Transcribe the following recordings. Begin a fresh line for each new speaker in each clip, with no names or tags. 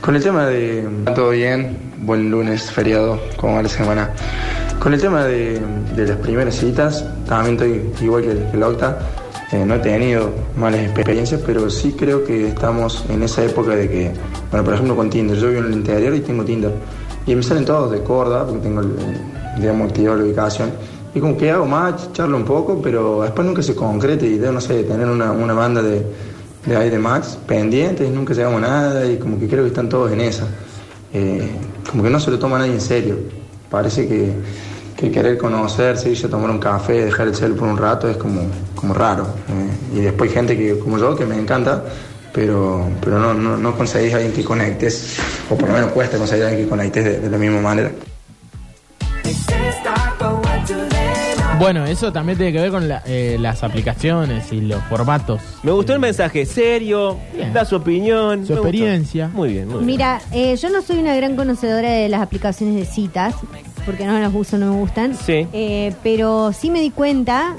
Con el tema de. Todo bien, buen lunes, feriado, como va la semana. Con el tema de, de las primeras citas, también estoy igual que el, que el Octa. Eh, no he tenido malas experiencias, pero sí creo que estamos en esa época de que, bueno, por ejemplo con Tinder, yo vivo en el interior y tengo Tinder. Y me salen todos de Córdoba, porque tengo, el- digamos, activado la ubicación. Y como que hago más, charlo un poco, pero después nunca se concreta y debo, no sé, tener una, una banda de, de ahí de Max pendientes, nunca llegamos a nada y como que creo que están todos en esa. Eh, como que no se lo toma nadie en serio. Parece que, que querer conocerse, irse a tomar un café, dejar el cel por un rato es como, como raro. eh. Y después hay gente que, como yo, que me encanta, pero, pero no, no, no conseguís a alguien que conectes, o por lo menos cuesta conseguir a alguien que conectes de- de la misma manera.
Bueno, eso también tiene que ver con la- eh, las aplicaciones y los formatos.
Me gustó el mensaje, serio,
Bien.
da su opinión.
Su
me gustó.
experiencia.
Muy bien, muy bien.
Mira, eh, yo no soy una gran conocedora de las aplicaciones de citas, porque no las uso, no me gustan.
Sí.
Eh, pero sí me di cuenta,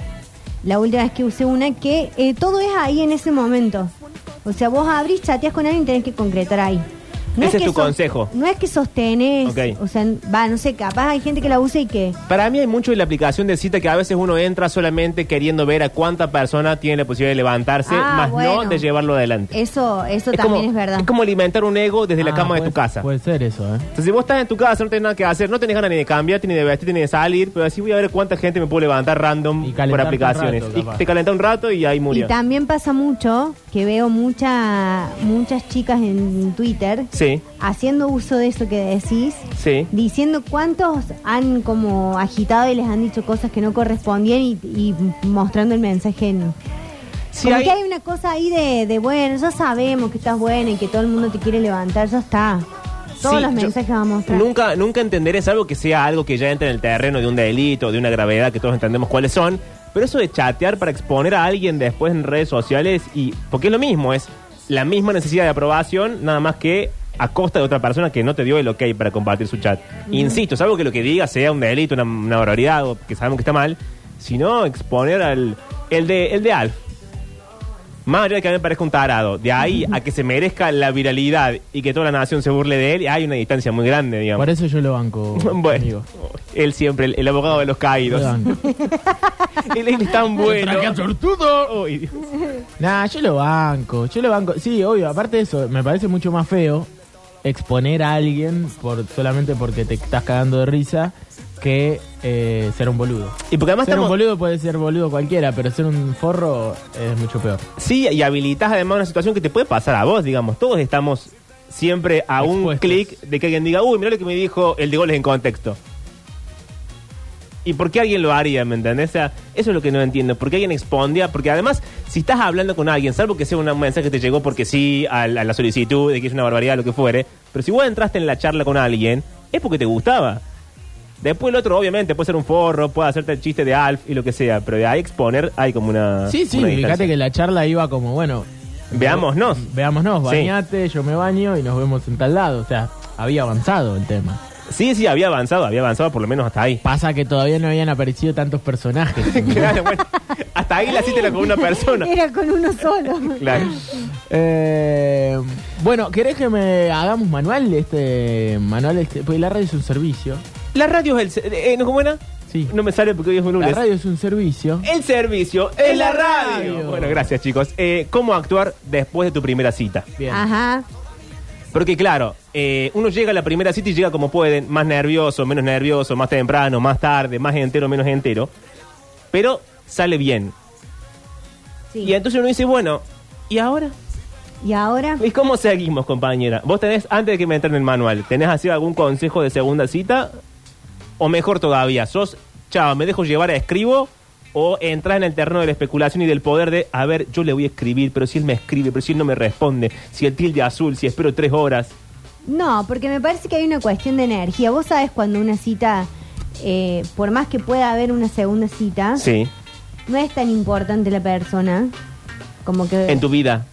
la última vez que usé una, que eh, todo es ahí en ese momento. O sea, vos abrís, chateás con alguien y tenés que concretar ahí.
Ese es
que
tu consejo.
No es que sostenés.
Ok.
O sea, va, no sé, capaz hay gente que la usa y que.
Para mí hay mucho de la aplicación de cita que a veces uno entra solamente queriendo ver a cuánta persona tiene la posibilidad de levantarse,
Ah,
más no
bueno.
de llevarlo adelante.
Eso, eso
Es
también
como-
es verdad.
Es como alimentar un ego desde la
Ah,
cama de
puede-
tu casa.
Puede ser eso, ¿eh?
Entonces, si vos estás en tu casa, no tenés nada que hacer, no tenés ganas ni de cambiarte, ni de vestirte, ni de salir, pero así voy a ver cuánta gente me puedo levantar random
Y
por
calentarte un
aplicaciones.
rato, capaz.
y te calenta un rato y ahí murió.
Y también pasa mucho que veo mucha, muchas chicas en Twitter
Sí,
haciendo uso de eso que decís,
sí.
diciendo cuántos han como agitado y les han dicho cosas que no correspondían y, y mostrando el mensaje. En,
Sí,
como
hay-
que hay una cosa ahí de, de, bueno, ya sabemos que estás buena y que todo el mundo te quiere levantar, ya está. Todos
Sí,
los
yo
mensajes van a mostrar.
Nunca, nunca entenderé, salvo que sea algo que ya entra en el terreno de un delito, de una gravedad que todos entendemos cuáles son. Pero eso de chatear para exponer a alguien después en redes sociales y. Porque es lo mismo, es la misma necesidad de aprobación, nada más que a costa de otra persona que no te dio el ok para compartir su chat. Insisto, salvo que lo que diga sea un delito, una, una barbaridad o que sabemos que está mal, sino exponer al. El de, el de Alf. Más allá de que a mí me parezca un tarado, de ahí a que se merezca la viralidad y que toda la nación se burle de él, hay una distancia muy grande, digamos.
Por eso yo lo banco,
Bueno,
amigo.
él siempre, el, el abogado de los
Lo
caídos.
banco.
él, él es tan bueno. Uy, Dios.
Nah, yo lo banco, yo lo banco. Sí, obvio, aparte de eso, me parece mucho más feo exponer a alguien por solamente porque te estás cagando de risa que eh, ser un boludo.
Y porque además
ser un
estamos...
boludo puede ser boludo cualquiera, pero ser un forro es mucho peor.
Sí, y habilitas además una situación que te puede pasar a vos, digamos. Todos estamos siempre a un
Expuestos.
clic de que alguien diga, uy, mirá lo que me dijo el de goles en contexto. ¿Y por qué alguien lo haría, me entendés? O sea, eso es lo que no entiendo. ¿Por qué alguien expondía? Porque además, si estás hablando con alguien, salvo que sea una- un mensaje que te llegó porque sí, a, la a la solicitud, de que es una barbaridad, lo que fuere, pero si vos entraste en la charla con alguien, es porque te gustaba. Después el otro, obviamente, puede ser un forro, puede hacerte el chiste de Alf y lo que sea, pero de ahí exponer hay como una...
Sí, sí,
Ah, una
fíjate
distancia.
que la charla iba como, bueno,
Veámonos.
veámonos,
Sí.
bañate, yo me baño y nos vemos en tal lado. O sea, había avanzado el tema.
Sí, sí, había avanzado, había avanzado por lo menos hasta ahí.
Pasa que todavía no habían aparecido tantos personajes.
Claro, bueno, hasta ahí la cita era con una persona.
Era con uno solo.
Claro.
Eh, bueno, ¿querés que me hagamos manual? Este manual, este, porque la radio es un servicio.
La radio es el... se- eh, ¿No cómo era?
Sí.
No me sale porque hoy es un
La
lunes.
radio es un servicio.
El servicio es la radio.
radio.
Bueno, gracias chicos. Eh, ¿Cómo actuar después de tu primera cita?
Bien.
Ajá.
Porque claro, eh, uno llega a la primera cita y llega como pueden, más nervioso, menos nervioso, más temprano, más tarde, más entero, menos entero. Pero sale bien.
Sí.
Y entonces uno dice, bueno, ¿y ahora?
y ahora.
¿Y cómo seguimos, compañera? Vos tenés, antes de que me entre en el manual, ¿tenés así algún consejo de segunda cita? O mejor todavía, ¿sos, chao, me dejo llevar a escribo? ¿O entras en el terreno de la especulación y del poder de, a ver, yo le voy a escribir, pero si él me escribe, pero si él no me responde, si el tilde azul, si espero tres horas?
No, porque me parece que hay una cuestión de energía. Vos sabés cuando una cita, eh, por más que pueda haber una segunda cita,
Sí,
no es tan importante la persona. Como que...
en tu vida.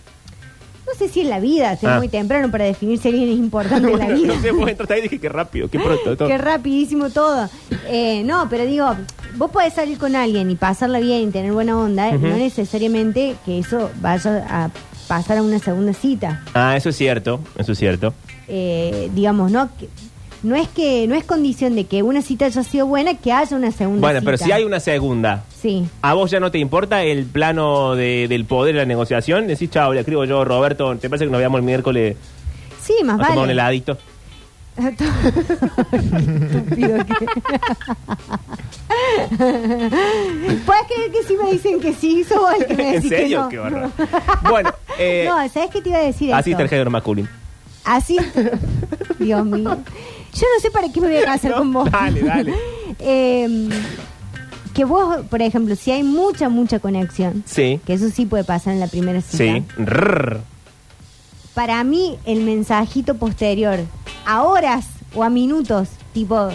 No sé si en la vida, si
Ah.
es muy temprano para definir si alguien es importante en la
Bueno,
vida.
no sé, vos entraste ahí y dije, qué rápido, qué pronto. todo.
Qué rapidísimo todo. Eh, no, pero digo, vos podés salir con alguien y pasarla bien y tener buena onda, eh, no necesariamente que eso vaya a pasar a una segunda cita.
Ah, eso es cierto, eso es cierto.
Eh, digamos, ¿no? Que- no es que no es condición de que una cita haya sido buena que haya una segunda
bueno,
cita.
pero si hay una segunda,
Sí.
¿a vos ya no te importa el plano de- del poder de la negociación? Decís, chao, le escribo yo, Roberto, ¿te parece que nos veamos el miércoles
Sí, más
a
Ah, vale.
tomar un heladito?
Estúpido que- ¿Puedes creer Pues que sí me dicen que sí? Sos vos el que me
¿En
decís que
serio?
no.
Qué horror. Bueno, eh,
No, ¿sabes qué te iba a decir?
así está
esto?
el género masculino.
Así. Dios mío. Yo no sé para qué me voy a casar
No,
con vos.
dale, dale.
Eh, que vos, por ejemplo, si hay mucha, mucha conexión,
Sí,
que eso sí puede pasar en la primera cita.
sí. Rrr.
Para mí, el mensajito posterior, a horas o a minutos, tipo,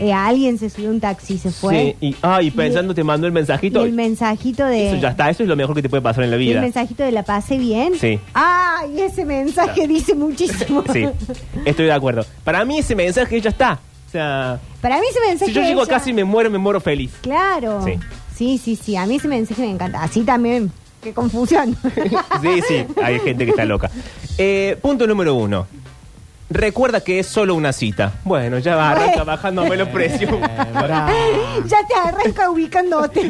eh, a alguien se subió un taxi y se fue.
Sí, y, ah, y pensando te mandó el
Y
mensajito.
el mensajito de.
eso ya está, eso es lo mejor que te puede pasar en la
y El
vida.
mensajito de la pase bien.
Sí.
¡Ay! ese mensaje dice muchísimo.
Sí, estoy de acuerdo. Para mí ese mensaje ya está. O sea,
Para mí ese mensaje.
si yo llego
ella-
casi me muero, me muero feliz.
Claro.
Sí.
Sí. sí, sí, A mí ese mensaje me encanta. Así también. Qué confusión.
Sí, sí, hay gente que está loca. Eh, punto número uno. Recuerda que es solo una cita. Bueno, ya va,
Bueno.
arranca bajándome los precios.
Eh, bravo.
ya te arranca ubicándote.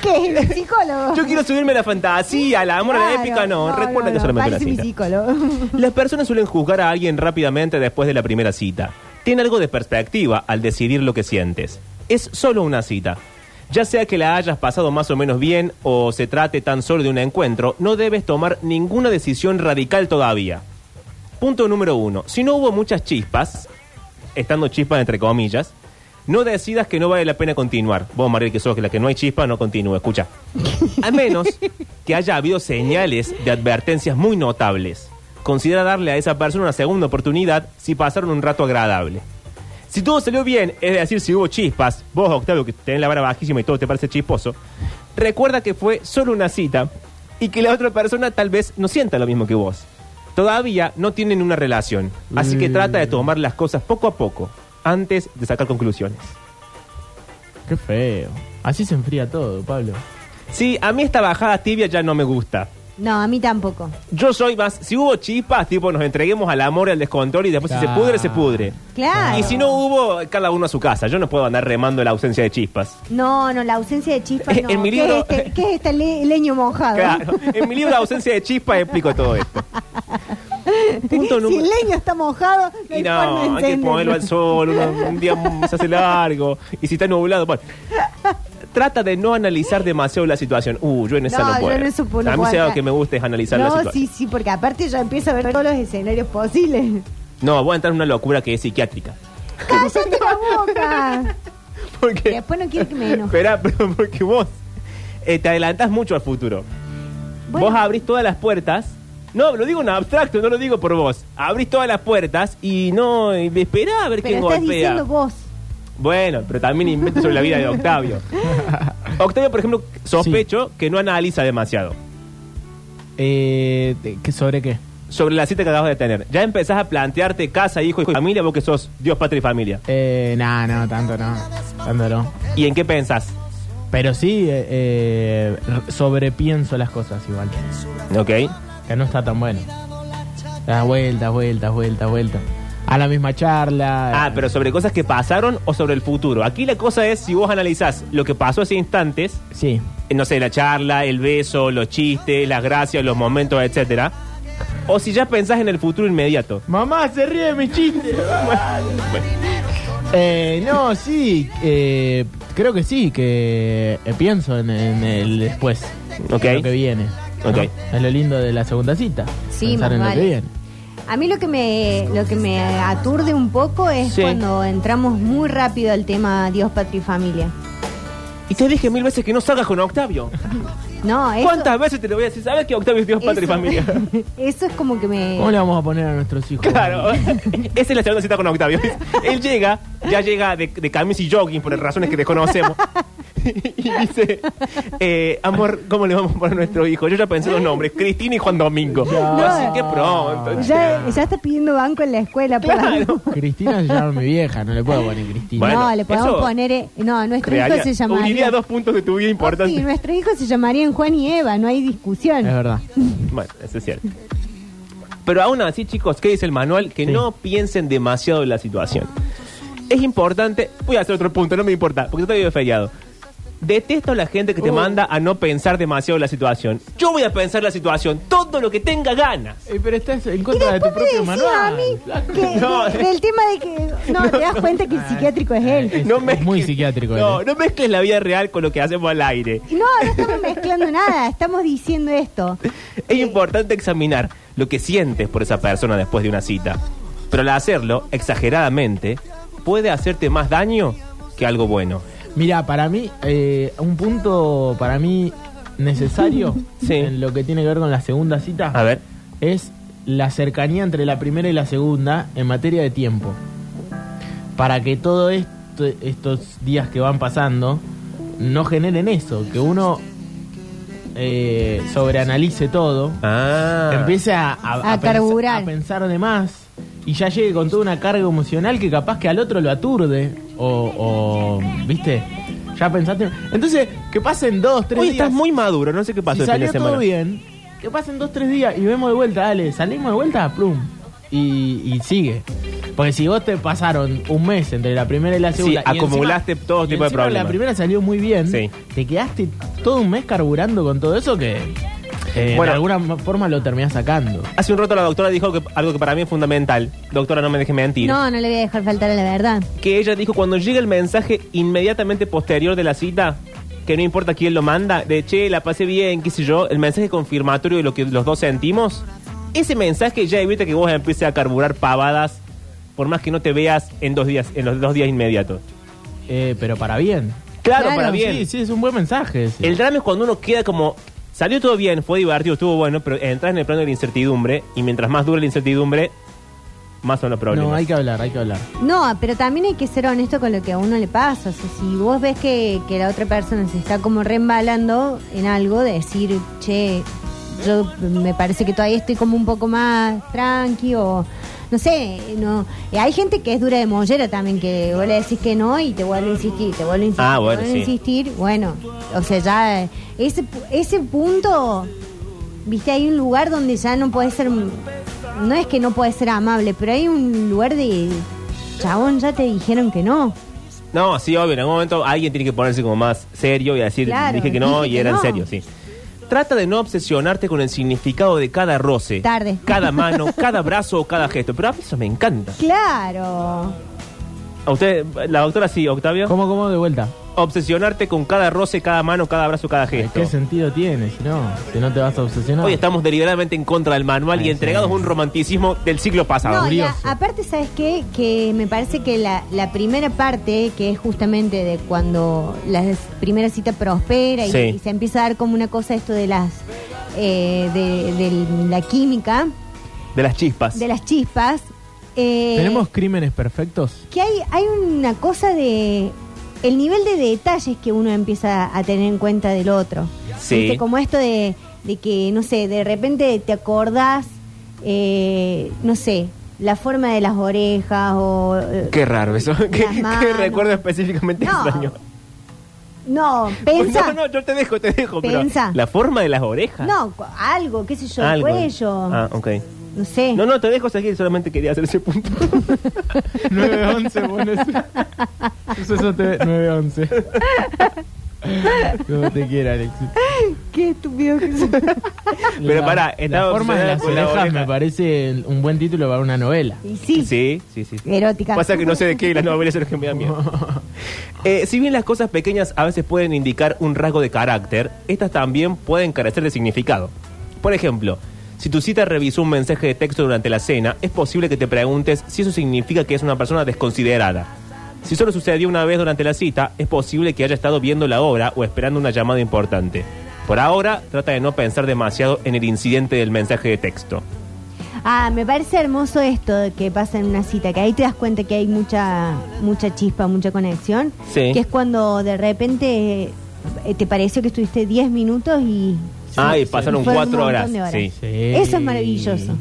¿Qué es el psicólogo?
Yo quiero subirme a la fantasía, al amor, a la
Claro.
épica. No, recuerda que es solamente una
parece mi
cita.
psicólogo.
Las personas suelen juzgar a alguien rápidamente después de la primera cita. Tiene algo de perspectiva al decidir lo que sientes. Es solo una cita. Ya sea que la hayas pasado más o menos bien o se trate tan solo de un encuentro, no debes tomar ninguna decisión radical todavía. Punto número uno. Si no hubo muchas chispas, estando chispas entre comillas, no decidas que no vale la pena continuar. Vos, Mariel, que sos la que no hay chispa, no continúe. Escucha. A menos que haya habido señales de advertencias muy notables. Considera darle a esa persona una segunda oportunidad si pasaron un rato agradable. Si todo salió bien, es decir, si hubo chispas, vos, Octavio, que tenés la vara bajísima y todo te parece chisposo, recuerda que fue solo una cita y que la otra persona tal vez no sienta lo mismo que vos. Todavía no tienen una relación, así que trata de tomar las cosas poco a poco, antes de sacar conclusiones.
Qué feo. Así se enfría todo, Pablo.
Sí, a mí esta bajada tibia ya no me gusta.
No, a mí tampoco.
Yo soy más, si hubo chispas, tipo nos entreguemos al amor y al descontrol y después si se
Claro.
pudre, se pudre.
Claro.
Y si no hubo, cada uno a su casa. Yo no puedo andar remando la ausencia de chispas.
No, no, la ausencia de chispas. No.
Eh, En mi libro-
¿Qué es este, qué es este le- leño mojado?
Claro, en mi libro La ausencia de chispas explico todo esto. Punto
Si el
número...
leño está mojado,
Y
no hay forma de
no, hay que
encenderlo.
ponerlo al sol, uno- un día se hace largo, y si está nublado, bueno. Trata de no analizar demasiado la situación. Uh, yo en esa
No,
no,
yo
puedo.
en eso puedo- no
a mí
puedo
si hay algo
andar.
que me gusta es analizar la
No,
situación.
sí, sí, porque aparte yo empiezo a ver todos los escenarios posibles.
No, voy a entrar en una locura que es psiquiátrica.
¡Cállate la boca!
Porque...
Después no quiero que me enoje.
Espera, pero porque vos eh, te adelantás mucho al futuro.
Bueno.
Vos abrís todas las puertas. No, lo digo en abstracto, no lo digo por vos. Abrís todas las puertas y no y esperá a ver quién
Pero estás
golpea.
diciendo vos.
Bueno, pero también invento sobre la vida de Octavio. Octavio, por ejemplo, sospecho que no analiza demasiado
Eh, te- ¿qué- ¿Sobre qué?
sobre la cita que acabas de tener. Ya empezás a plantearte casa, hijo y familia, vos que sos Dios, patria y familia.
Eh, nah, no, tanto no. Tanto no.
¿Y en qué pensás?
Pero sí, eh, eh, r- sobrepienso las cosas igual.
¿Ok?
Que no está tan bueno. Las vueltas, vueltas, vueltas, vueltas. A la misma charla.
Ah, pero sobre cosas que pasaron o sobre el futuro. Aquí la cosa es si vos analizás lo que pasó hace instantes eh,
Sí.
no sé, la charla, el beso, los chistes, las gracias, los momentos, etcétera. O si ya pensás en el futuro inmediato.
Mamá, se ríe de mi chiste. Eh, no, sí. eh, creo que sí, que eh, pienso en, en el después.
Ok.
En Lo que viene. ¿no?
Ok.
Es lo lindo de la segunda cita.
Sí,
pensar
más
en lo
vale.
que viene.
A mí lo que me, lo que me aturde un poco es
Sí.
cuando entramos muy rápido al tema Dios, patria y familia.
Y te dije mil veces que no salgas con Octavio.
No, eso,
¿Cuántas veces te lo voy a decir? ¿Sabes que Octavio es Dios, patria y
eso-
familia?
Eso es como que me...
¿Cómo le vamos a poner a nuestros hijos?
Claro, esa es la segunda cita con Octavio. Él llega, ya llega de, de camis y jogging por razones que desconocemos. y dice, eh, amor, ¿cómo le vamos a poner a nuestro hijo? Yo ya pensé los nombres, Cristina y Juan Domingo. Así que pronto.
Ya, ya está pidiendo banco en la escuela. por algo.
Cristina se llama mi vieja, no le puedo poner Cristina.
Bueno,
no, le podemos
eso-
poner. eh, no, nuestro
Crearía-
hijo se llamaría.
uniría dos puntos de tu vida
Sí,
importantes.
nuestro hijo se llamarían Juan y Eva, no hay discusión.
Es verdad.
Bueno, eso es cierto. Pero aún así, chicos, ¿qué dice el manual? Que
Sí.
no piensen demasiado en la situación. Es importante, voy a hacer otro punto, no me importa, porque yo estoy de feriado. Detesto a la gente que te manda a no pensar demasiado en la situación. Yo voy a pensar la situación, todo lo que tenga ganas.
Eh, pero estás en
Y
contra de tu
después me
propio
decía a
manual.
mí
flaco.
que,
No,
que-
eh.
del tema de que no, te das cuenta que el psiquiátrico es él.
Es
No
muy
mezcles-
psiquiátrico. ¿eh?
No,
él,
no mezcles la vida real con lo que hacemos al aire.
Y No, no estamos mezclando nada, estamos diciendo esto.
Es importante examinar lo que sientes por esa persona después de una cita. Pero al hacerlo exageradamente, puede hacerte más daño que algo bueno.
¿eh? Mira, para mí, eh, un punto para mí necesario
Sí.
en lo que tiene que ver con la segunda cita
A ver.
es la cercanía entre la primera y la segunda en materia de tiempo. Para que todo esto, estos días que van pasando no generen eso, que uno eh, sobreanalice todo,
Ah.
empiece a, a- a
A
pens-
carburar.
a pensar de más y ya llegue con toda una carga emocional que capaz que al otro lo aturde o, o, viste ya pensaste entonces que pasen dos tres
Hoy
días
estás muy maduro, no sé qué pasó
si
el fin de
salió todo
semana.
bien que pasen dos tres días y vemos de vuelta dale salimos de vuelta plum y, y sigue porque si vos te pasaron un mes entre la primera y la
Sí,
segunda y
acumulaste
encima-
todo
y
tipo de
encima
problemas.
la primera salió muy bien
Sí.
te quedaste todo un mes carburando con todo eso que eh,
Bueno.
de alguna ma- forma lo terminás sacando
Hace un rato la doctora dijo que algo que para mí es fundamental. Doctora, no me deje mentir.
No, no le voy a dejar faltar a la verdad.
Que ella dijo cuando llega el mensaje inmediatamente posterior de la cita, que no importa quién lo manda, de che, la pasé bien, qué sé yo, el mensaje confirmatorio de lo que los dos sentimos, ese mensaje ya evita que vos empieces a carburar pavadas, por más que no te veas en dos días, en los dos días inmediatos.
Eh, pero para bien.
Claro,
Claro,
para bien.
Sí, sí, es un buen mensaje. ese.
El drama es cuando uno queda como. Salió todo bien, fue divertido, estuvo bueno, pero entras en el plano de la incertidumbre y mientras más dura la incertidumbre, más son los problemas.
no, hay que hablar, hay que hablar.
No, pero también hay que ser honesto con lo que a uno le pasa. O sea, si vos ves que, que la otra persona se está como reembalando en algo, decir, che, yo me parece que todavía estoy como un poco más tranqui o no sé, no. Eh, Hay gente que es dura de mollera también, que vos le decís que no y te vuelve a insistir, te vuelve a insistir,
Ah,
te
bueno,
vuelve a
sí.
insistir. Bueno, o sea, ya eh, ese, pu- ese punto Viste, hay un lugar donde ya no puede ser. No es que no puede ser amable, pero hay un lugar de. Chabón, ya te dijeron que no.
No, sí, obvio, en algún momento alguien tiene que ponerse como más serio y decir,
Claro,
dije que no
dije
y
que
era en
no.
serio, sí. Trata de no obsesionarte con el significado de cada roce,
Tarde.
cada mano, cada brazo o cada gesto, pero a mí eso me encanta.
Claro.
A usted, la doctora sí, Octavio,
¿Cómo, cómo de vuelta?
obsesionarte con cada roce, cada mano, cada brazo, cada gesto.
¿Qué sentido tiene si no? Si no te vas a obsesionar.
Hoy estamos deliberadamente en contra del manual
Ay,
y
sí.
entregados a un romanticismo del siglo pasado.
No, y a-
curioso.
aparte, ¿sabes qué? Que me parece que la, la primera parte, que es justamente de cuando la primera cita prospera y,
Sí.
y se empieza a dar como una cosa esto de las. eh, de, de la química,
De las chispas.
de las chispas. eh,
¿Tenemos crímenes perfectos?
que hay, hay una cosa de el nivel de detalles que uno empieza a tener en cuenta del otro.
Sí.
Viste, Como esto de, de que, no sé, de repente te acordás, eh, no sé, la forma de las orejas o... eh,
Qué raro eso. Qué, qué
manos.
recuerdo específicamente
No,
extraño.
No, pensá.
No, no, yo te dejo, te dejo. pero
Pensa.
la forma de las orejas.
No, cu- algo, qué sé yo, el
Algo.
cuello.
Ah, ok.
No sé.
No, no, te dejo seguir, solamente quería hacer ese punto.
911, bueno. Eso, eso te 911. Como te quiera, Alexis.
Qué estúpido que sos.
Pero pará,
la
estaba
forma de
obsesionada
las
con la
orejas
oreja.
me parece un buen título para una novela.
Y sí,
Sí, sí, sí.
erótica.
Pasa que no sé de qué y las novelas son las que me dan miedo. Eh, si bien las cosas pequeñas a veces pueden indicar un rasgo de carácter, estas también pueden carecer de significado. Por ejemplo, si tu cita revisó un mensaje de texto durante la cena, es posible que te preguntes si eso significa que es una persona desconsiderada. Si solo sucedió una vez durante la cita, es posible que haya estado viendo la obra o esperando una llamada importante. Por ahora, trata de no pensar demasiado en el incidente del mensaje de texto.
Ah, me parece hermoso esto de que pasa en una cita, que ahí te das cuenta que hay mucha, mucha chispa, mucha conexión.
Sí.
Que es cuando de repente eh, te pareció que estuviste 10 minutos y.
Ah, y
sí,
pasaron
fue un
cuatro
montón
horas,
de
sí.
Eso es maravilloso.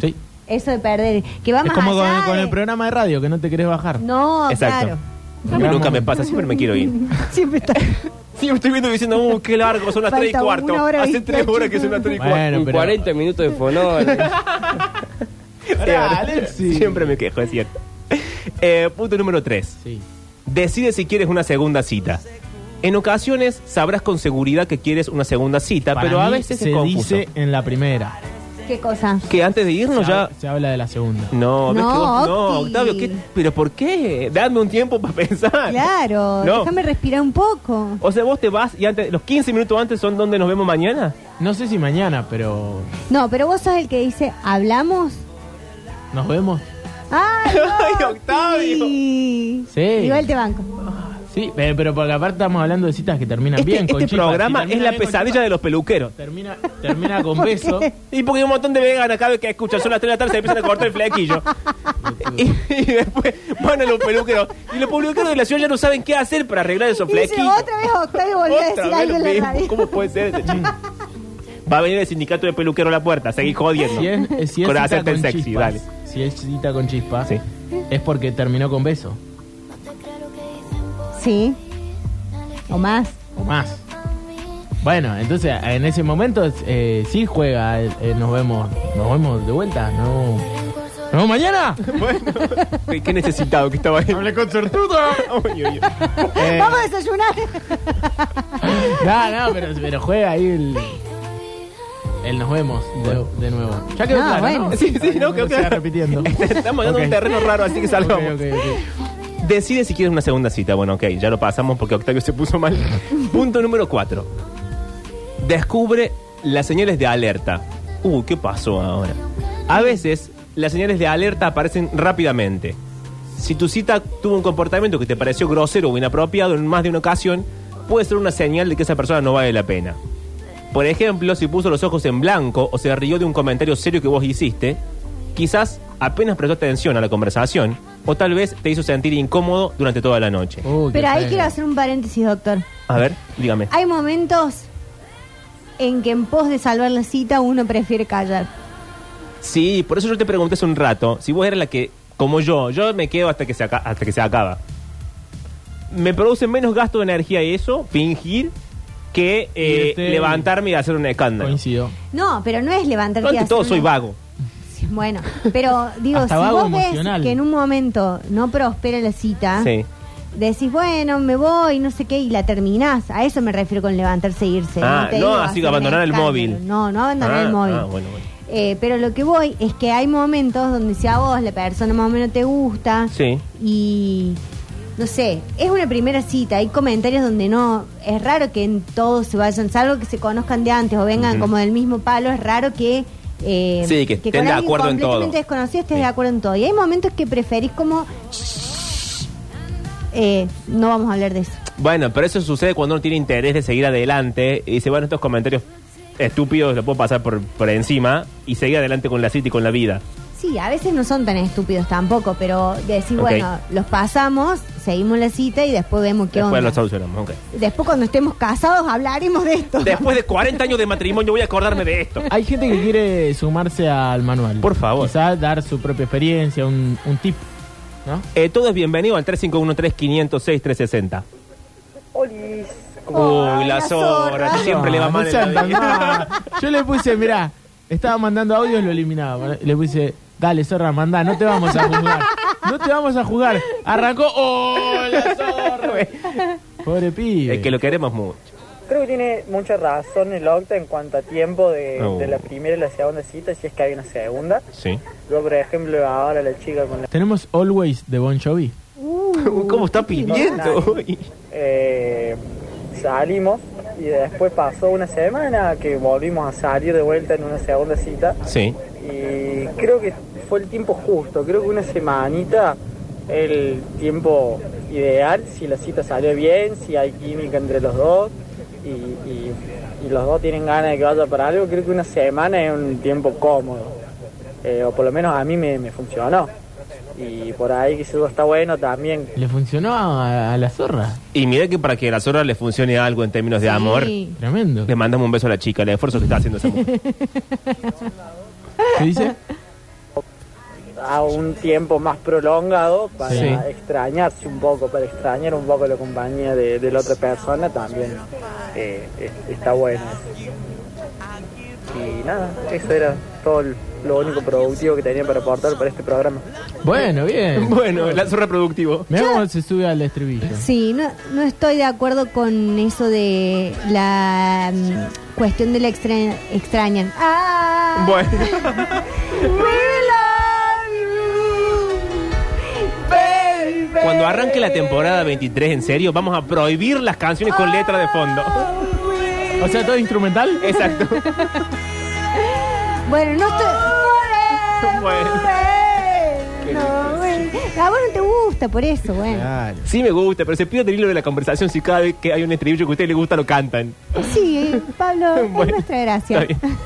Sí.
Eso de perder. Que va
Es
más
como con,
allá
con
de-
el programa de radio que no te querés bajar.
No,
Exacto.
claro.
A mí nunca me pasa, siempre me quiero ir.
Siempre está.
Siempre estoy viendo y diciendo, uh, qué largo, son las
Falta
3 y cuarto.
una hora
Hace
y
3
cacho.
horas que son las 3 y cuarto.
Bueno,
Un
pero-
40 minutos de fonol.
Pará, Alexis.
Siempre me quejo, es cierto. Eh, punto número 3.
Sí.
Decide si quieres una segunda cita. En ocasiones sabrás con seguridad que quieres una segunda cita,
Para
pero a
mí
veces
se
es confuso.
dice en la primera.
¿Qué cosa?
Que antes de irnos
se,
ya...
hab- se habla de la segunda.
No, ves
No,
que vos- no,
Octi.
Octavio, ¿qué- ¿pero por qué? Dame un tiempo para pensar.
Claro,
No.
déjame respirar un poco.
O sea, vos te vas y antes, los 15 minutos antes son donde nos vemos mañana.
No sé si mañana, pero
No, pero vos sos el que dice, ¿hablamos?
nos vemos.
¡Ay,
Ay,
Octi!
Sí.
Igual te banco.
Sí, eh, pero porque aparte estamos hablando de citas que terminan
Este,
bien. con
este
chispas.
programa
Si
es
termina
la
bien con
pesadilla de
chispas,
los peluqueros.
Termina, termina con
¿Por qué?
besos.
Y porque hay un montón de veganas cada vez que escuchan, son las 3 de la tarde, se empiezan a cortar el flequillo. y, y después van a los peluqueros. Y los peluqueros de la ciudad ya no saben qué hacer para arreglar esos
Y dice,
flequillos.
otra vez Octavio volvió
Otra
a decir
vez
algo
lo
en la
mismo.
radio.
¿Cómo puede ser ese chico? Va a venir el sindicato de peluquero a la puerta, seguí jodiendo.
Si es, eh, si es
Con
cita
hacerte el
con
sexy,
chispas,
dale.
Si es cita con chispas,
Sí.
es porque terminó con beso
Sí. O más.
o más. Bueno, entonces en ese momento eh, sí juega. eh, eh, nos vemos, nos vemos de vuelta. No, nos vemos mañana.
Bueno, qué necesitado que estaba ahí.
Hablé con sortudo.
Uy, uy, uy.
Vamos a desayunar.
No, no, pero, pero juega ahí el. El nos vemos de, de nuevo. Ya quedó
No,
claro.
Ah, bueno.
¿no?
Sí, sí, no, quedó
se va
claro.
repitiendo.
Estamos dando un
Ok.
terreno raro, así que
Ok,
salgamos.
ok, ok.
Decide si quieres una segunda cita. Bueno, ok, ya lo pasamos porque Octavio se puso mal. Punto número 4. Descubre las señales de alerta. Uh, ¿qué pasó ahora? A veces las señales de alerta aparecen rápidamente. Si tu cita tuvo un comportamiento que te pareció grosero o inapropiado en más de una ocasión, puede ser una señal de que esa persona no vale la pena. Por ejemplo, si puso los ojos en blanco o se rió de un comentario serio que vos hiciste, quizás apenas prestó atención a la conversación o tal vez te hizo sentir incómodo durante toda la noche.
Uy, qué
Pero ahí
feo.
quiero hacer un paréntesis, doctor.
A ver, dígame.
Hay momentos en que en pos de salvar la cita uno prefiere callar.
Sí, por eso yo te pregunté hace un rato si vos eras la que, como yo, yo me quedo hasta que se, aca- hasta que se acaba. Me produce menos gasto de energía eso, fingir, que eh,
Y este-
levantarme y hacer un escándalo.
Coincido.
No, pero no es
Yo
levantarte a
ante
hacer
todo
una-
soy vago.
Sí, Bueno, pero digo, si
Hasta vago
vos
emocional.
ves que en un momento no prospera la cita,
Sí.
decís, bueno, me voy, no sé qué, y la terminás. A eso me refiero con levantarse e irse.
Ah,
te
no,
digo
así
hacer
abandonar
un
el
escándalo.
móvil.
No, no abandonar
Ah,
el móvil.
ah, bueno, bueno.
Eh, pero lo que voy es que hay momentos donde si a vos la persona más o menos te gusta
Sí.
y no sé, es una primera cita, hay comentarios donde no, es raro que en todos se vayan, salvo que se conozcan de antes o vengan
Ujú.
como del mismo palo, es raro que... eh,
Sí, que estén
con
de
alguien
acuerdo en todo.
completamente desconocido estés
Sí.
de acuerdo en todo. Y hay momentos que preferís como... eh, no vamos a hablar de eso.
Bueno, pero eso sucede cuando uno tiene interés de seguir adelante y dice, bueno, estos comentarios estúpidos los puedo pasar por, por encima y seguir adelante con la cita y con la vida.
Sí, a veces no son tan estúpidos tampoco, pero decís,
Ok.
bueno, los pasamos, seguimos la cita y después vemos qué
Después lo
onda.
solucionamos, ok.
Después cuando estemos casados hablaremos de esto.
Después de 40 años de matrimonio voy a acordarme de esto.
Hay gente que quiere sumarse al manual.
Por favor.
Quizás dar su propia experiencia, un, un tip. ¿No?
Eh, todo es bienvenido al 351-3506-360.
Olis.
Uy,
Ay, la
las horas,
zorra.
que siempre
No,
le va
no
mal en
sean
la
tan
vida.
mal. Yo le puse, mirá, estaba mandando audios, lo eliminaba. Le puse, dale, zorra, mandá, no te vamos a jugar. No te vamos a jugar. Arrancó, hola, zorra. Pobre pibe.
Es que lo queremos mucho.
Creo que tiene mucha razón el Octa en cuanto a tiempo de,
Oh.
de la primera y la segunda cita, si es que hay una segunda.
Sí.
Yo, por ejemplo, ahora la chica con la...
Tenemos Always de Bon Jovi.
Uy, ¿Cómo está pidiendo hoy?
eh, salimos y después pasó una semana que volvimos a salir de vuelta en una segunda cita
Sí.
y Eh, creo que fue el tiempo justo, creo que una semanita el tiempo ideal, si la cita salió bien, si hay química entre los dos y, y- y los dos tienen ganas de que vaya para algo, creo que una semana es un tiempo cómodo. eh, o por lo menos a mí me, me funcionó. Y por ahí que eso está bueno también.
Le funcionó a, a la zorra.
Y mira que para que a la zorra le funcione algo en términos de amor,
Sí.
Tremendo.
le mandamos un beso a la chica, el esfuerzo que está haciendo esa mujer.
¿Qué dice?
a un tiempo más prolongado para
Sí.
extrañarse un poco, para extrañar un poco la compañía de, de la otra persona también eh, eh, está bueno. Y nada, eso era todo el- lo único productivo que tenía para aportar para este programa.
Bueno, bien.
bueno, lazo reproductivo.
Mira cómo se sube al estribillo.
Sí, no, no estoy de acuerdo con eso de la mm, cuestión de la extra- extrañan. Ah,
Bueno. Cuando arranque la temporada 23, en serio, vamos a prohibir las canciones con letra de fondo.
O sea, todo instrumental.
Exacto.
Bueno, no estoy.
Bueno.
No, bueno. A vos no te gusta por eso, bueno.
Claro.
Sí me gusta, pero se pierde el hilo de la conversación si cada vez que hay un estribillo que a usted le gusta lo cantan.
Sí, eh, Pablo, es
Bueno,
nuestra gracia.
está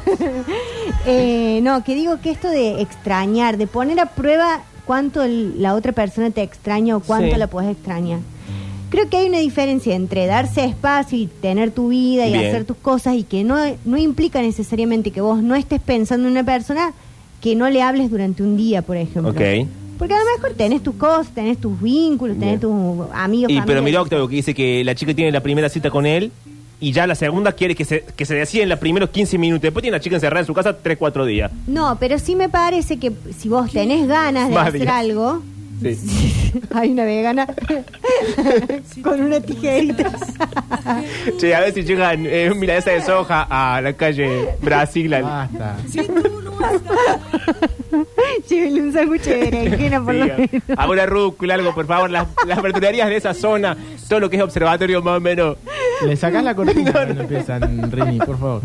Eh, no, que digo que esto de extrañar, de poner a prueba cuánto el- la otra persona te extraña o cuánto
Sí.
la puedes extrañar. Creo que hay una diferencia entre darse espacio y tener tu vida y
Bien.
hacer tus cosas y que no, no implica necesariamente que vos no estés pensando en una persona que no le hables durante un día, por ejemplo.
Ok.
Porque a lo mejor tenés tus cosas, tenés tus vínculos,
Bien.
tenés tus amigos.
Y pero
familia.
mira Octavio que dice que la chica tiene la primera cita con él y ya la segunda quiere que se, que se decida en los primeros 15 minutos. Después tiene la chica encerrada en su casa 3, 4 días.
No, pero sí me parece que si vos tenés ganas de
Más
hacer
días.
algo. Hay una vegana con una tijerita.
Che, a ver si llegan eh, mira esa de soja a la calle Brasil. al-
Ah,
Basta.
Llévenle un sándwich de berenjena por lo
Sí,
menos.
a una rúcula, algo, por favor. Las, las verdulerías de esa zona, todo lo que es observatorio más o menos.
Le sacás la cortina cuando empiezan, Rini, por favor.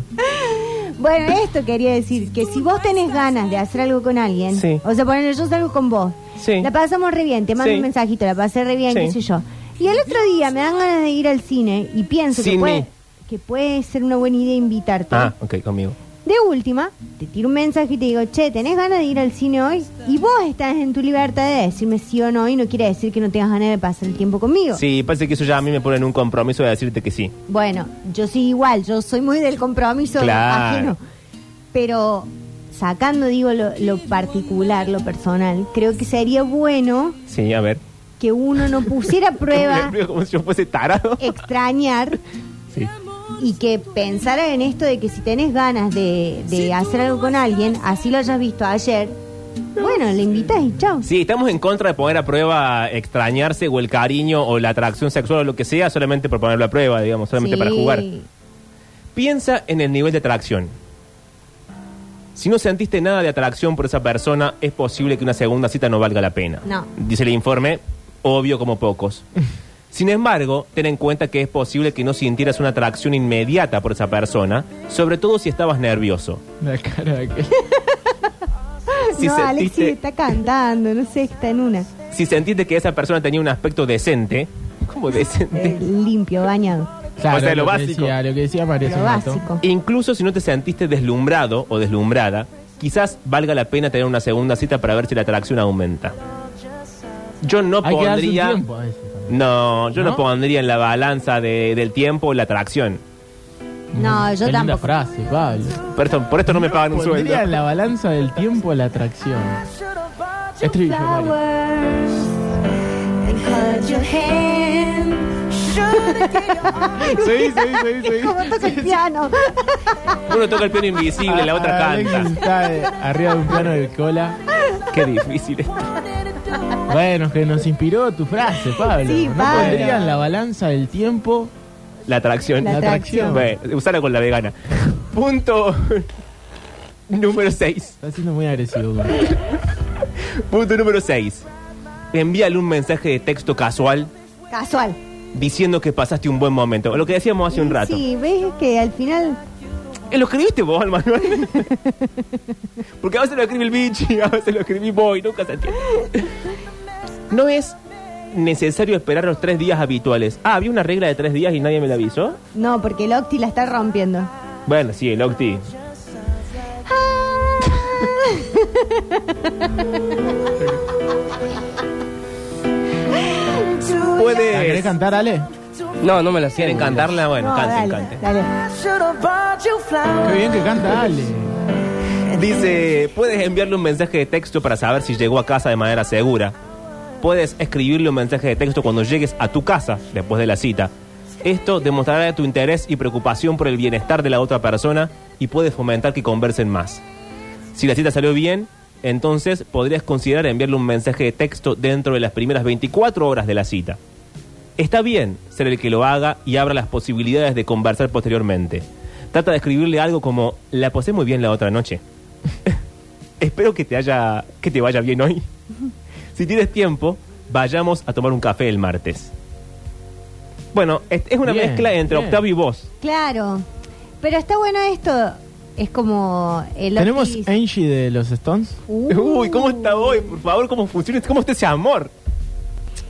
Bueno, esto quería decir que si vos tenés ganas de hacer algo con alguien,
Sí.
o sea, ponerle yo salgo con vos,
Sí.
la pasamos re bien, te mando
Sí.
un mensajito, la pasé re bien,
Sí.
qué sé yo. Y el otro día me dan ganas de ir al cine y pienso que
Cine.
puede, que puede ser una buena idea invitarte.
Ah, ok, conmigo.
De última, te tiro un mensaje y te digo, che, ¿tenés ganas de ir al cine hoy? Y vos estás en tu libertad de decirme sí o no y no quiere decir que no tengas ganas de pasar el tiempo conmigo.
Sí, parece que eso ya a mí me pone en un compromiso de decirte que sí.
Bueno, yo sí igual, yo soy muy del compromiso
Claro.
ajeno. Pero sacando, digo, lo, lo particular, lo personal, creo que sería bueno
Sí, a ver.
que uno no pusiera a prueba
Como si yo fuese tarado.
Eh, extrañar
Sí.
y que pensara en esto de que si tenés ganas de, de hacer algo con alguien, así lo hayas visto ayer, bueno, le invitas y chao.
Sí, estamos en contra de poner a prueba extrañarse o el cariño o la atracción sexual o lo que sea solamente por ponerlo a prueba, digamos, solamente para
Sí.
jugar. Piensa en el nivel de atracción. Si no sentiste nada de atracción por esa persona, es posible que una segunda cita no valga la pena.
No.
Dice el informe, obvio como pocos. Sin embargo, ten en cuenta que es posible que no sintieras una atracción inmediata por esa persona, sobre todo si estabas nervioso.
La cara de aquel.
Si
no,
sentiste-
Alexis está cantando, no sé, está en una.
Si sentiste que esa persona tenía un aspecto decente, ¿cómo decente?
eh, limpio, bañado.
Claro,
O sea, lo
que
básico.
decía- lo que decía María
Lo
Sonato.
básico.
E Incluso si no te sentiste deslumbrado o deslumbrada, quizás valga la pena tener una segunda cita para ver si la atracción aumenta. Yo no
Hay que darse un
pondría.
tiempo a veces. también.
No, yo no,
¿No?
pondría en la balanza de- del tiempo la atracción.
No, yo
Qué linda
tampoco.
frase, Pablo.
Por esto, por esto no me pagan un sueldo.
Pondría la balanza del tiempo a la atracción. Estribillo, Mario.
Sí, sí, sí, sí.
Es como toca el piano.
Uno toca el piano invisible, la otra
Ah, Alexis
canta.
está eh, arriba de un plano de cola.
Qué difícil. esto.
Bueno, que nos inspiró tu frase, Pablo.
Sí,
no
Pablo.
pondrían la balanza del tiempo.
La atracción.
La atracción.
Bueno, usala con la vegana. Punto número 6.
Está siendo muy agresivo. güey.
Punto número 6. Envíale un mensaje de texto casual
Casual.
diciendo que pasaste un buen momento. Lo que decíamos hace un rato.
Sí, ves que al final.
Eh, ¿Lo escribiste vos al manual? Porque a veces lo escribe el bichi, a veces lo escribí vos y nunca se entiende. No es necesario esperar los tres días habituales. Ah, había una regla de tres días y nadie me la avisó.
No, porque el Octi la está rompiendo.
Bueno, sí, el Octi.
¿La querés
Puedes.
cantar, Ale?
No, no me la
¿Quieren
sienten.
cantarla? Bueno,
No,
canten,
dale,
canten.
dale.
Qué bien que canta Ale.
Dice, puedes enviarle un mensaje de texto para saber si llegó a casa de manera segura. Puedes escribirle un mensaje de texto cuando llegues a tu casa después de la cita. Esto demostrará tu interés y preocupación por el bienestar de la otra persona y puede fomentar que conversen más. Si la cita salió bien, entonces podrías considerar enviarle un mensaje de texto dentro de las primeras 24 horas de la cita. Está bien ser el que lo haga y abra las posibilidades de conversar posteriormente. Trata de escribirle algo como la pasé muy bien la otra noche. Espero que te haya que te vaya bien hoy. si tienes tiempo, vayamos a tomar un café el martes. Bueno, es, es una
Bien,
mezcla entre
bien.
Octavio y vos.
Claro. Pero está bueno esto. Es como el
¿Tenemos
Otis.
Angie de los Stones?
Uh.
Uy, ¿cómo está hoy? Por favor, ¿cómo funciona? ¿Cómo está ese amor?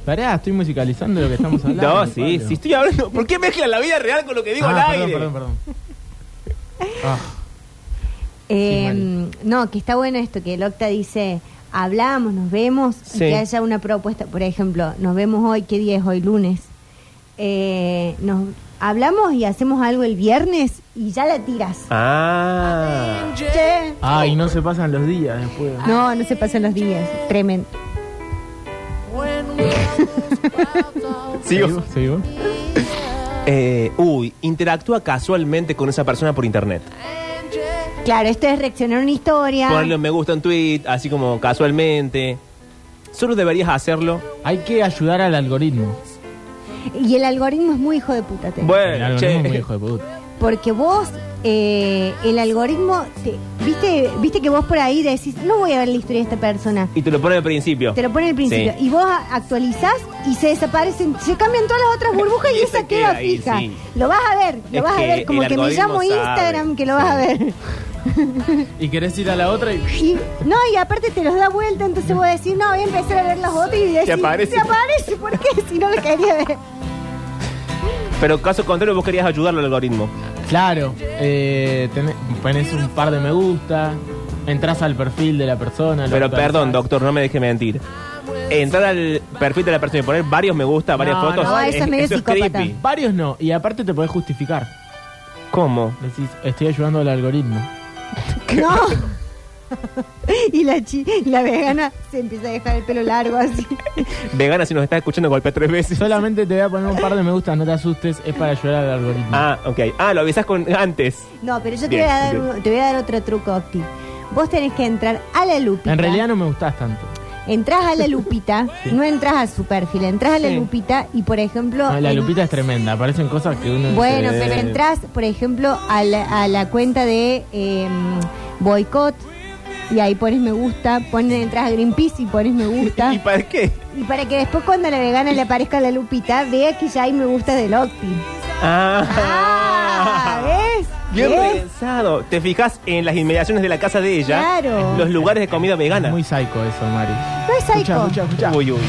Pará, estoy musicalizando lo que estamos hablando.
No,
Pablo.
sí, sí, estoy hablando. ¿Por qué mezclan la vida real con lo que digo
Ah,
al aire?
Perdón, perdón, perdón. Ah,
Eh,
Sí,
no, que está bueno esto, que el Octa dice, hablamos, nos vemos, y
Sí.
que haya una propuesta, por ejemplo, nos vemos hoy, ¿qué día es hoy? Lunes. Eh, nos hablamos y hacemos algo el viernes y ya la tiras.
Ah.
Che.
Ah, y no se pasan los días después.
No, no se pasan los días, tremendo.
Sigo.
¿Sigo?
Eh, uy, interactúa casualmente con esa persona por internet.
Claro, esto es reaccionar a una historia.
Ponerle un me gusta en tweet, así como casualmente. Solo deberías hacerlo.
Hay que ayudar al algoritmo.
Y el algoritmo es muy hijo de puta. te digo.
El
Bueno,
algoritmo es muy
Eh, che.
hijo de puta.
Porque vos, eh, el algoritmo, te- viste, viste que vos por ahí decís, no voy a ver la historia de esta persona.
Y te lo pone al principio.
Te lo pone al principio.
Sí.
Y vos a- actualizás y se desaparecen, se cambian todas las otras burbujas y
Y esa
esa queda
queda ahí,
fija.
sí.
Lo vas a ver, lo
Es
vas a
que
ver. Como
el
que me llamo
algoritmo
Instagram,
sabe.
que lo vas a ver.
Y querés ir a la otra y.
Y- no, y aparte te los da vuelta, entonces voy a decir, no, voy a empezar a ver las otras y decir,
aparece.
Se aparece, ¿por qué? Si no lo quería ver.
Pero caso contrario, vos querías ayudarlo al algoritmo.
Claro, eh, tenés, ponés un par de me gusta, entras al perfil de la persona. lo
Pero
actualizás.
perdón, doctor, no me deje mentir. Entrar al perfil de la persona y poner varios me gusta, varias
No,
fotos.
no,
eso es medio psicópata.
creepy.
Varios no, y aparte te podés justificar.
¿Cómo?
Decís, estoy ayudando al algoritmo.
No. y la, chi- la vegana se empieza a dejar el pelo largo así.
Vegana, si nos estás escuchando, golpea tres veces.
Solamente te voy a poner un par de me gusta, no te asustes, es para ayudar al algoritmo.
Ah, ok. Ah, lo avisas con antes.
No, pero yo te
Bien,
voy, a dar,
bien.
un- te voy a dar otro truco, Octi. Vos tenés que entrar a la lupa.
en realidad no me gustás tanto.
Entras a la lupita, no entras a su perfil, entras a la
Sí.
lupita y por ejemplo...
No, la
en-
lupita es tremenda, aparecen cosas que uno... dice,
Bueno,
eh,
pero entras, por ejemplo, a la, a la cuenta de eh, boicot y ahí pones me gusta, pones, entras a Greenpeace y pones me gusta.
¿Y para qué?
y para que después cuando la vegana le aparezca la lupita, vea que ya hay me gusta del Octi.
Ah.
Ah, ¿ves?
Bien
¿Ves?
pensado. Te fijas en las inmediaciones de la casa de ella.
Claro.
Los lugares de comida vegana.
Muy psycho eso, Mari.
No es
Escucha,
psycho.
escucha, escucha.
Uy, uy.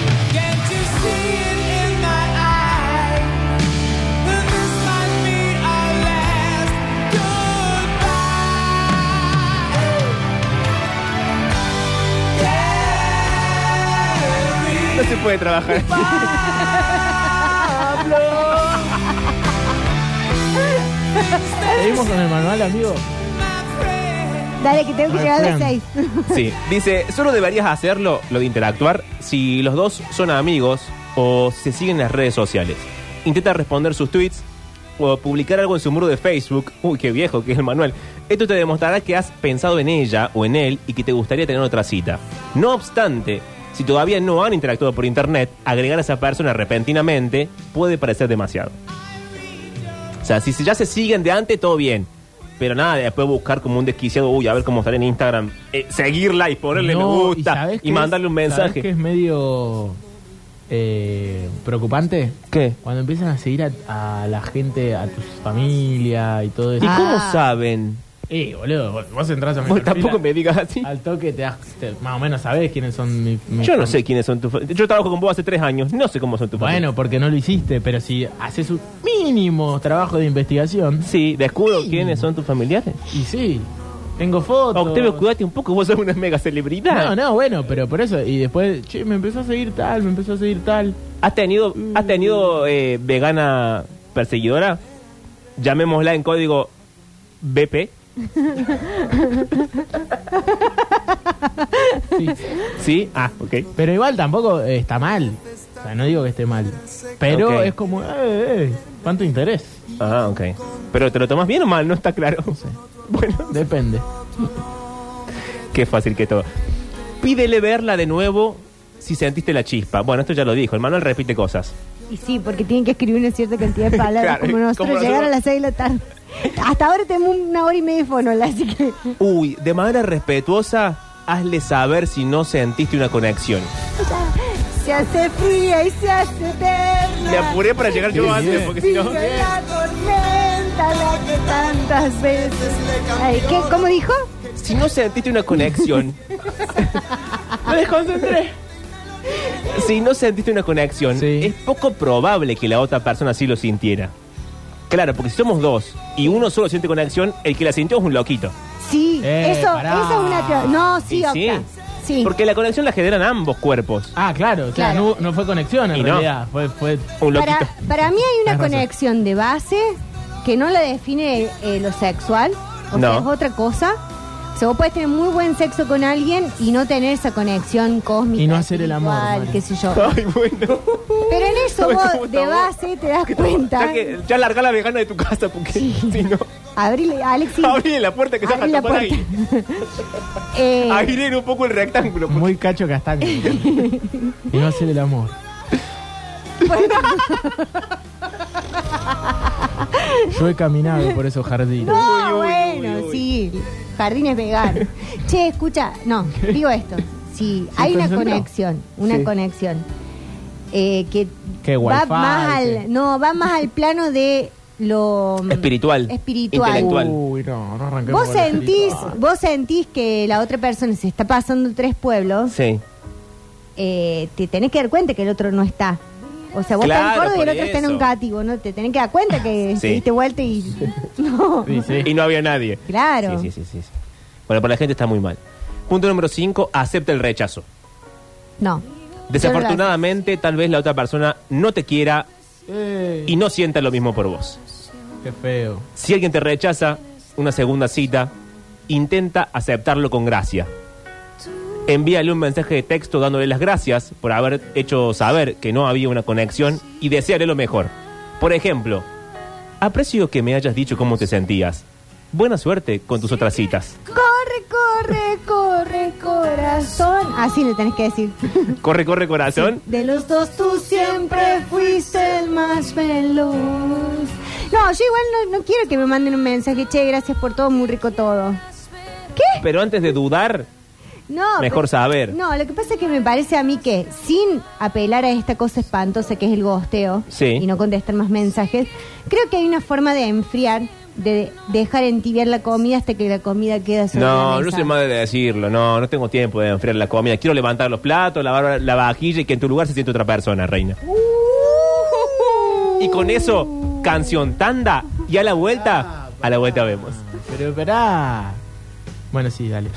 No se puede trabajar.
Seguimos con el manual, amigo.
Dale, que tengo que llegar a las
Refrán.
seis.
Sí, dice, solo deberías hacerlo, lo de interactuar, si los dos son amigos o se siguen en las redes sociales. Intenta responder sus tweets o publicar algo en su muro de Facebook. Uy, qué viejo que es el manual. Esto te demostrará que has pensado en ella o en él y que te gustaría tener otra cita. No obstante, si todavía no han interactuado por internet, agregar a esa persona repentinamente puede parecer demasiado. O sea, si si ya se siguen de antes, todo bien. Pero nada, después buscar como un desquiciado, uy, a ver cómo estará en Instagram, eh, seguirla y ponerle
No,
me gusta
¿sabés
y,
qué
mandarle
es-
un
¿sabés que
mensaje.
es medio eh, preocupante?
¿Qué?
Cuando empiezan a seguir a, a la gente, a tu familia y todo
¿Y
eso.
cómo
Ah.
saben?
Eh, boludo, vos- vos entras a mi
Vos
perfil,
tampoco
a-
me digas así.
Al toque te, das- te- más o menos sabés quiénes son mis... mis
Yo no
fam-
sé quiénes son tus... fa- Yo trabajo con vos hace tres años, no sé cómo son tus
Bueno, porque no lo hiciste, pero si haces un mínimo trabajo de investigación,
familiares. Sí, descubro quiénes son tus familiares.
y sí, Tengo fotos.
Octavio, cuidate un poco, vos sos una mega celebridad.
No, no, bueno, pero por eso. Y después, che, me empezó a seguir tal, me empezó a seguir tal.
¿Has tenido, has tenido eh, vegana perseguidora? Llamémosla en código BP.
Sí.
¿Sí? Ah, ok.
Pero igual tampoco eh, está mal. O sea, no digo que esté mal. Pero
Ok.
es como, eh, eh, ¿cuánto interés?
Ah, ok. ¿Pero te lo tomas bien o mal? No está claro. Bueno,
Depende.
qué fácil que todo. Pídele verla de nuevo si sentiste la chispa. Bueno, esto ya lo dijo. El manual repite cosas.
Y sí, porque tienen que escribir una cierta cantidad de palabras
Claro,
como nosotros,
como
llegar a
nosotros.
las 6 de la tarde. Hasta ahora tenemos una hora y media de fonola, así que
Uy, de manera respetuosa, hazle saber si no sentiste una conexión.
se hace fría y se hace eterna.
Le apuré para llegar yo
Bien,
antes,
bien.
porque si no...
Sigue la tormenta, la que tantas veces Ay, ¿qué? ¿Cómo dijo?
Si no sentiste una conexión. Me desconcentré. Si no sentiste una conexión,
Sí.
es poco probable que la otra persona sí lo sintiera. Claro, porque si somos dos y uno solo siente conexión, el que la sintió es un loquito.
Sí,
Eh,
eso,
pará.
esa es una teoría. No, sí,
Y
Octa.
sí.
Sí.
Porque la conexión la generan ambos cuerpos.
Ah, claro, o sea,
Claro.
No, no fue conexión en
Y no.
realidad. Fue, fue
Un loquito.
para, para mí hay una
Tenés razón.
conexión de base que no la define eh, lo sexual, o
No.
sea, es otra cosa. O sea, vos podés tener muy buen sexo con alguien y no tener esa conexión cósmica.
Y no hacer el amor,
espiritual,
Mari.
qué sé yo.
Ay, bueno.
Pero en eso
Ay, cómo
vos
está
de
vos.
base te das cuenta.
Ya, que, ya larga la vegana de tu casa, porque si no,
Abrile, Alex, sí.
abrí la puerta que se
Abrí
hasta
la
por
puerta.
ahí.
Eh,
Aire un poco el rectángulo. porque-
muy cacho castaño. y no hacer el amor. Yo he caminado por esos jardines.
No,
Uy, uy,
bueno,
uy, uy.
sí. Jardines veganos. che, escucha, no, digo esto. Sí, hay una
concentró.
conexión, una
Sí.
conexión. eh, que
Que
va
wifi,
más al,
que-
no, va más al plano de lo
Espiritual.
Espiritual. Uh.
Intelectual.
Uy, no, no arranquemos
Vos
con el
sentís,
espiritual.
vos sentís que la otra persona se está pasando tres pueblos,
Sí.
eh, te tenés que dar cuenta que el otro no está. O sea, vos estás
Claro,
en Córdoba y el
por
otro está en
eso.
un cativo, ¿no? Te tenés que dar cuenta que
Sí.
te diste vuelta y... No.
Sí, sí.
Y no había nadie.
Claro.
Sí, sí, sí, sí, sí. Bueno, para la gente está muy mal. Punto número 5, acepta el rechazo.
No.
Desafortunadamente, tal vez la otra persona no te quiera
Eh,
y no sienta lo mismo por vos.
Qué feo.
Si alguien te rechaza una segunda cita, intenta aceptarlo con gracia. Envíale un mensaje de texto dándole las gracias por haber hecho saber que no había una conexión y desearle lo mejor. Por ejemplo, aprecio que me hayas dicho cómo te sentías. Buena suerte con tus otras citas.
Corre, corre, corre, corazón. Así le tenés que decir.
Corre, corre, corazón.
De los dos tú siempre fuiste el más veloz. No, yo igual no, no quiero que me manden un mensaje, che, gracias por todo, muy rico todo. ¿Qué?
Pero antes de dudar,
No.
Mejor
pero-
saber.
No, lo que pasa es que me parece a mí que sin apelar a esta cosa espantosa que es el gosteo
Sí.
y no contestar más mensajes, creo que hay una forma de enfriar, de dejar entibiar la comida hasta que la comida queda sobre la
No, no
mesa.
sé más de decirlo, no, no tengo tiempo de enfriar la comida. Quiero levantar los platos, lavar la vajilla y que en tu lugar se siente otra persona, reina.
Uh,
Y con eso, canción tanda y a la vuelta, a la vuelta vemos.
Pero esperá. Bueno, sí, dale.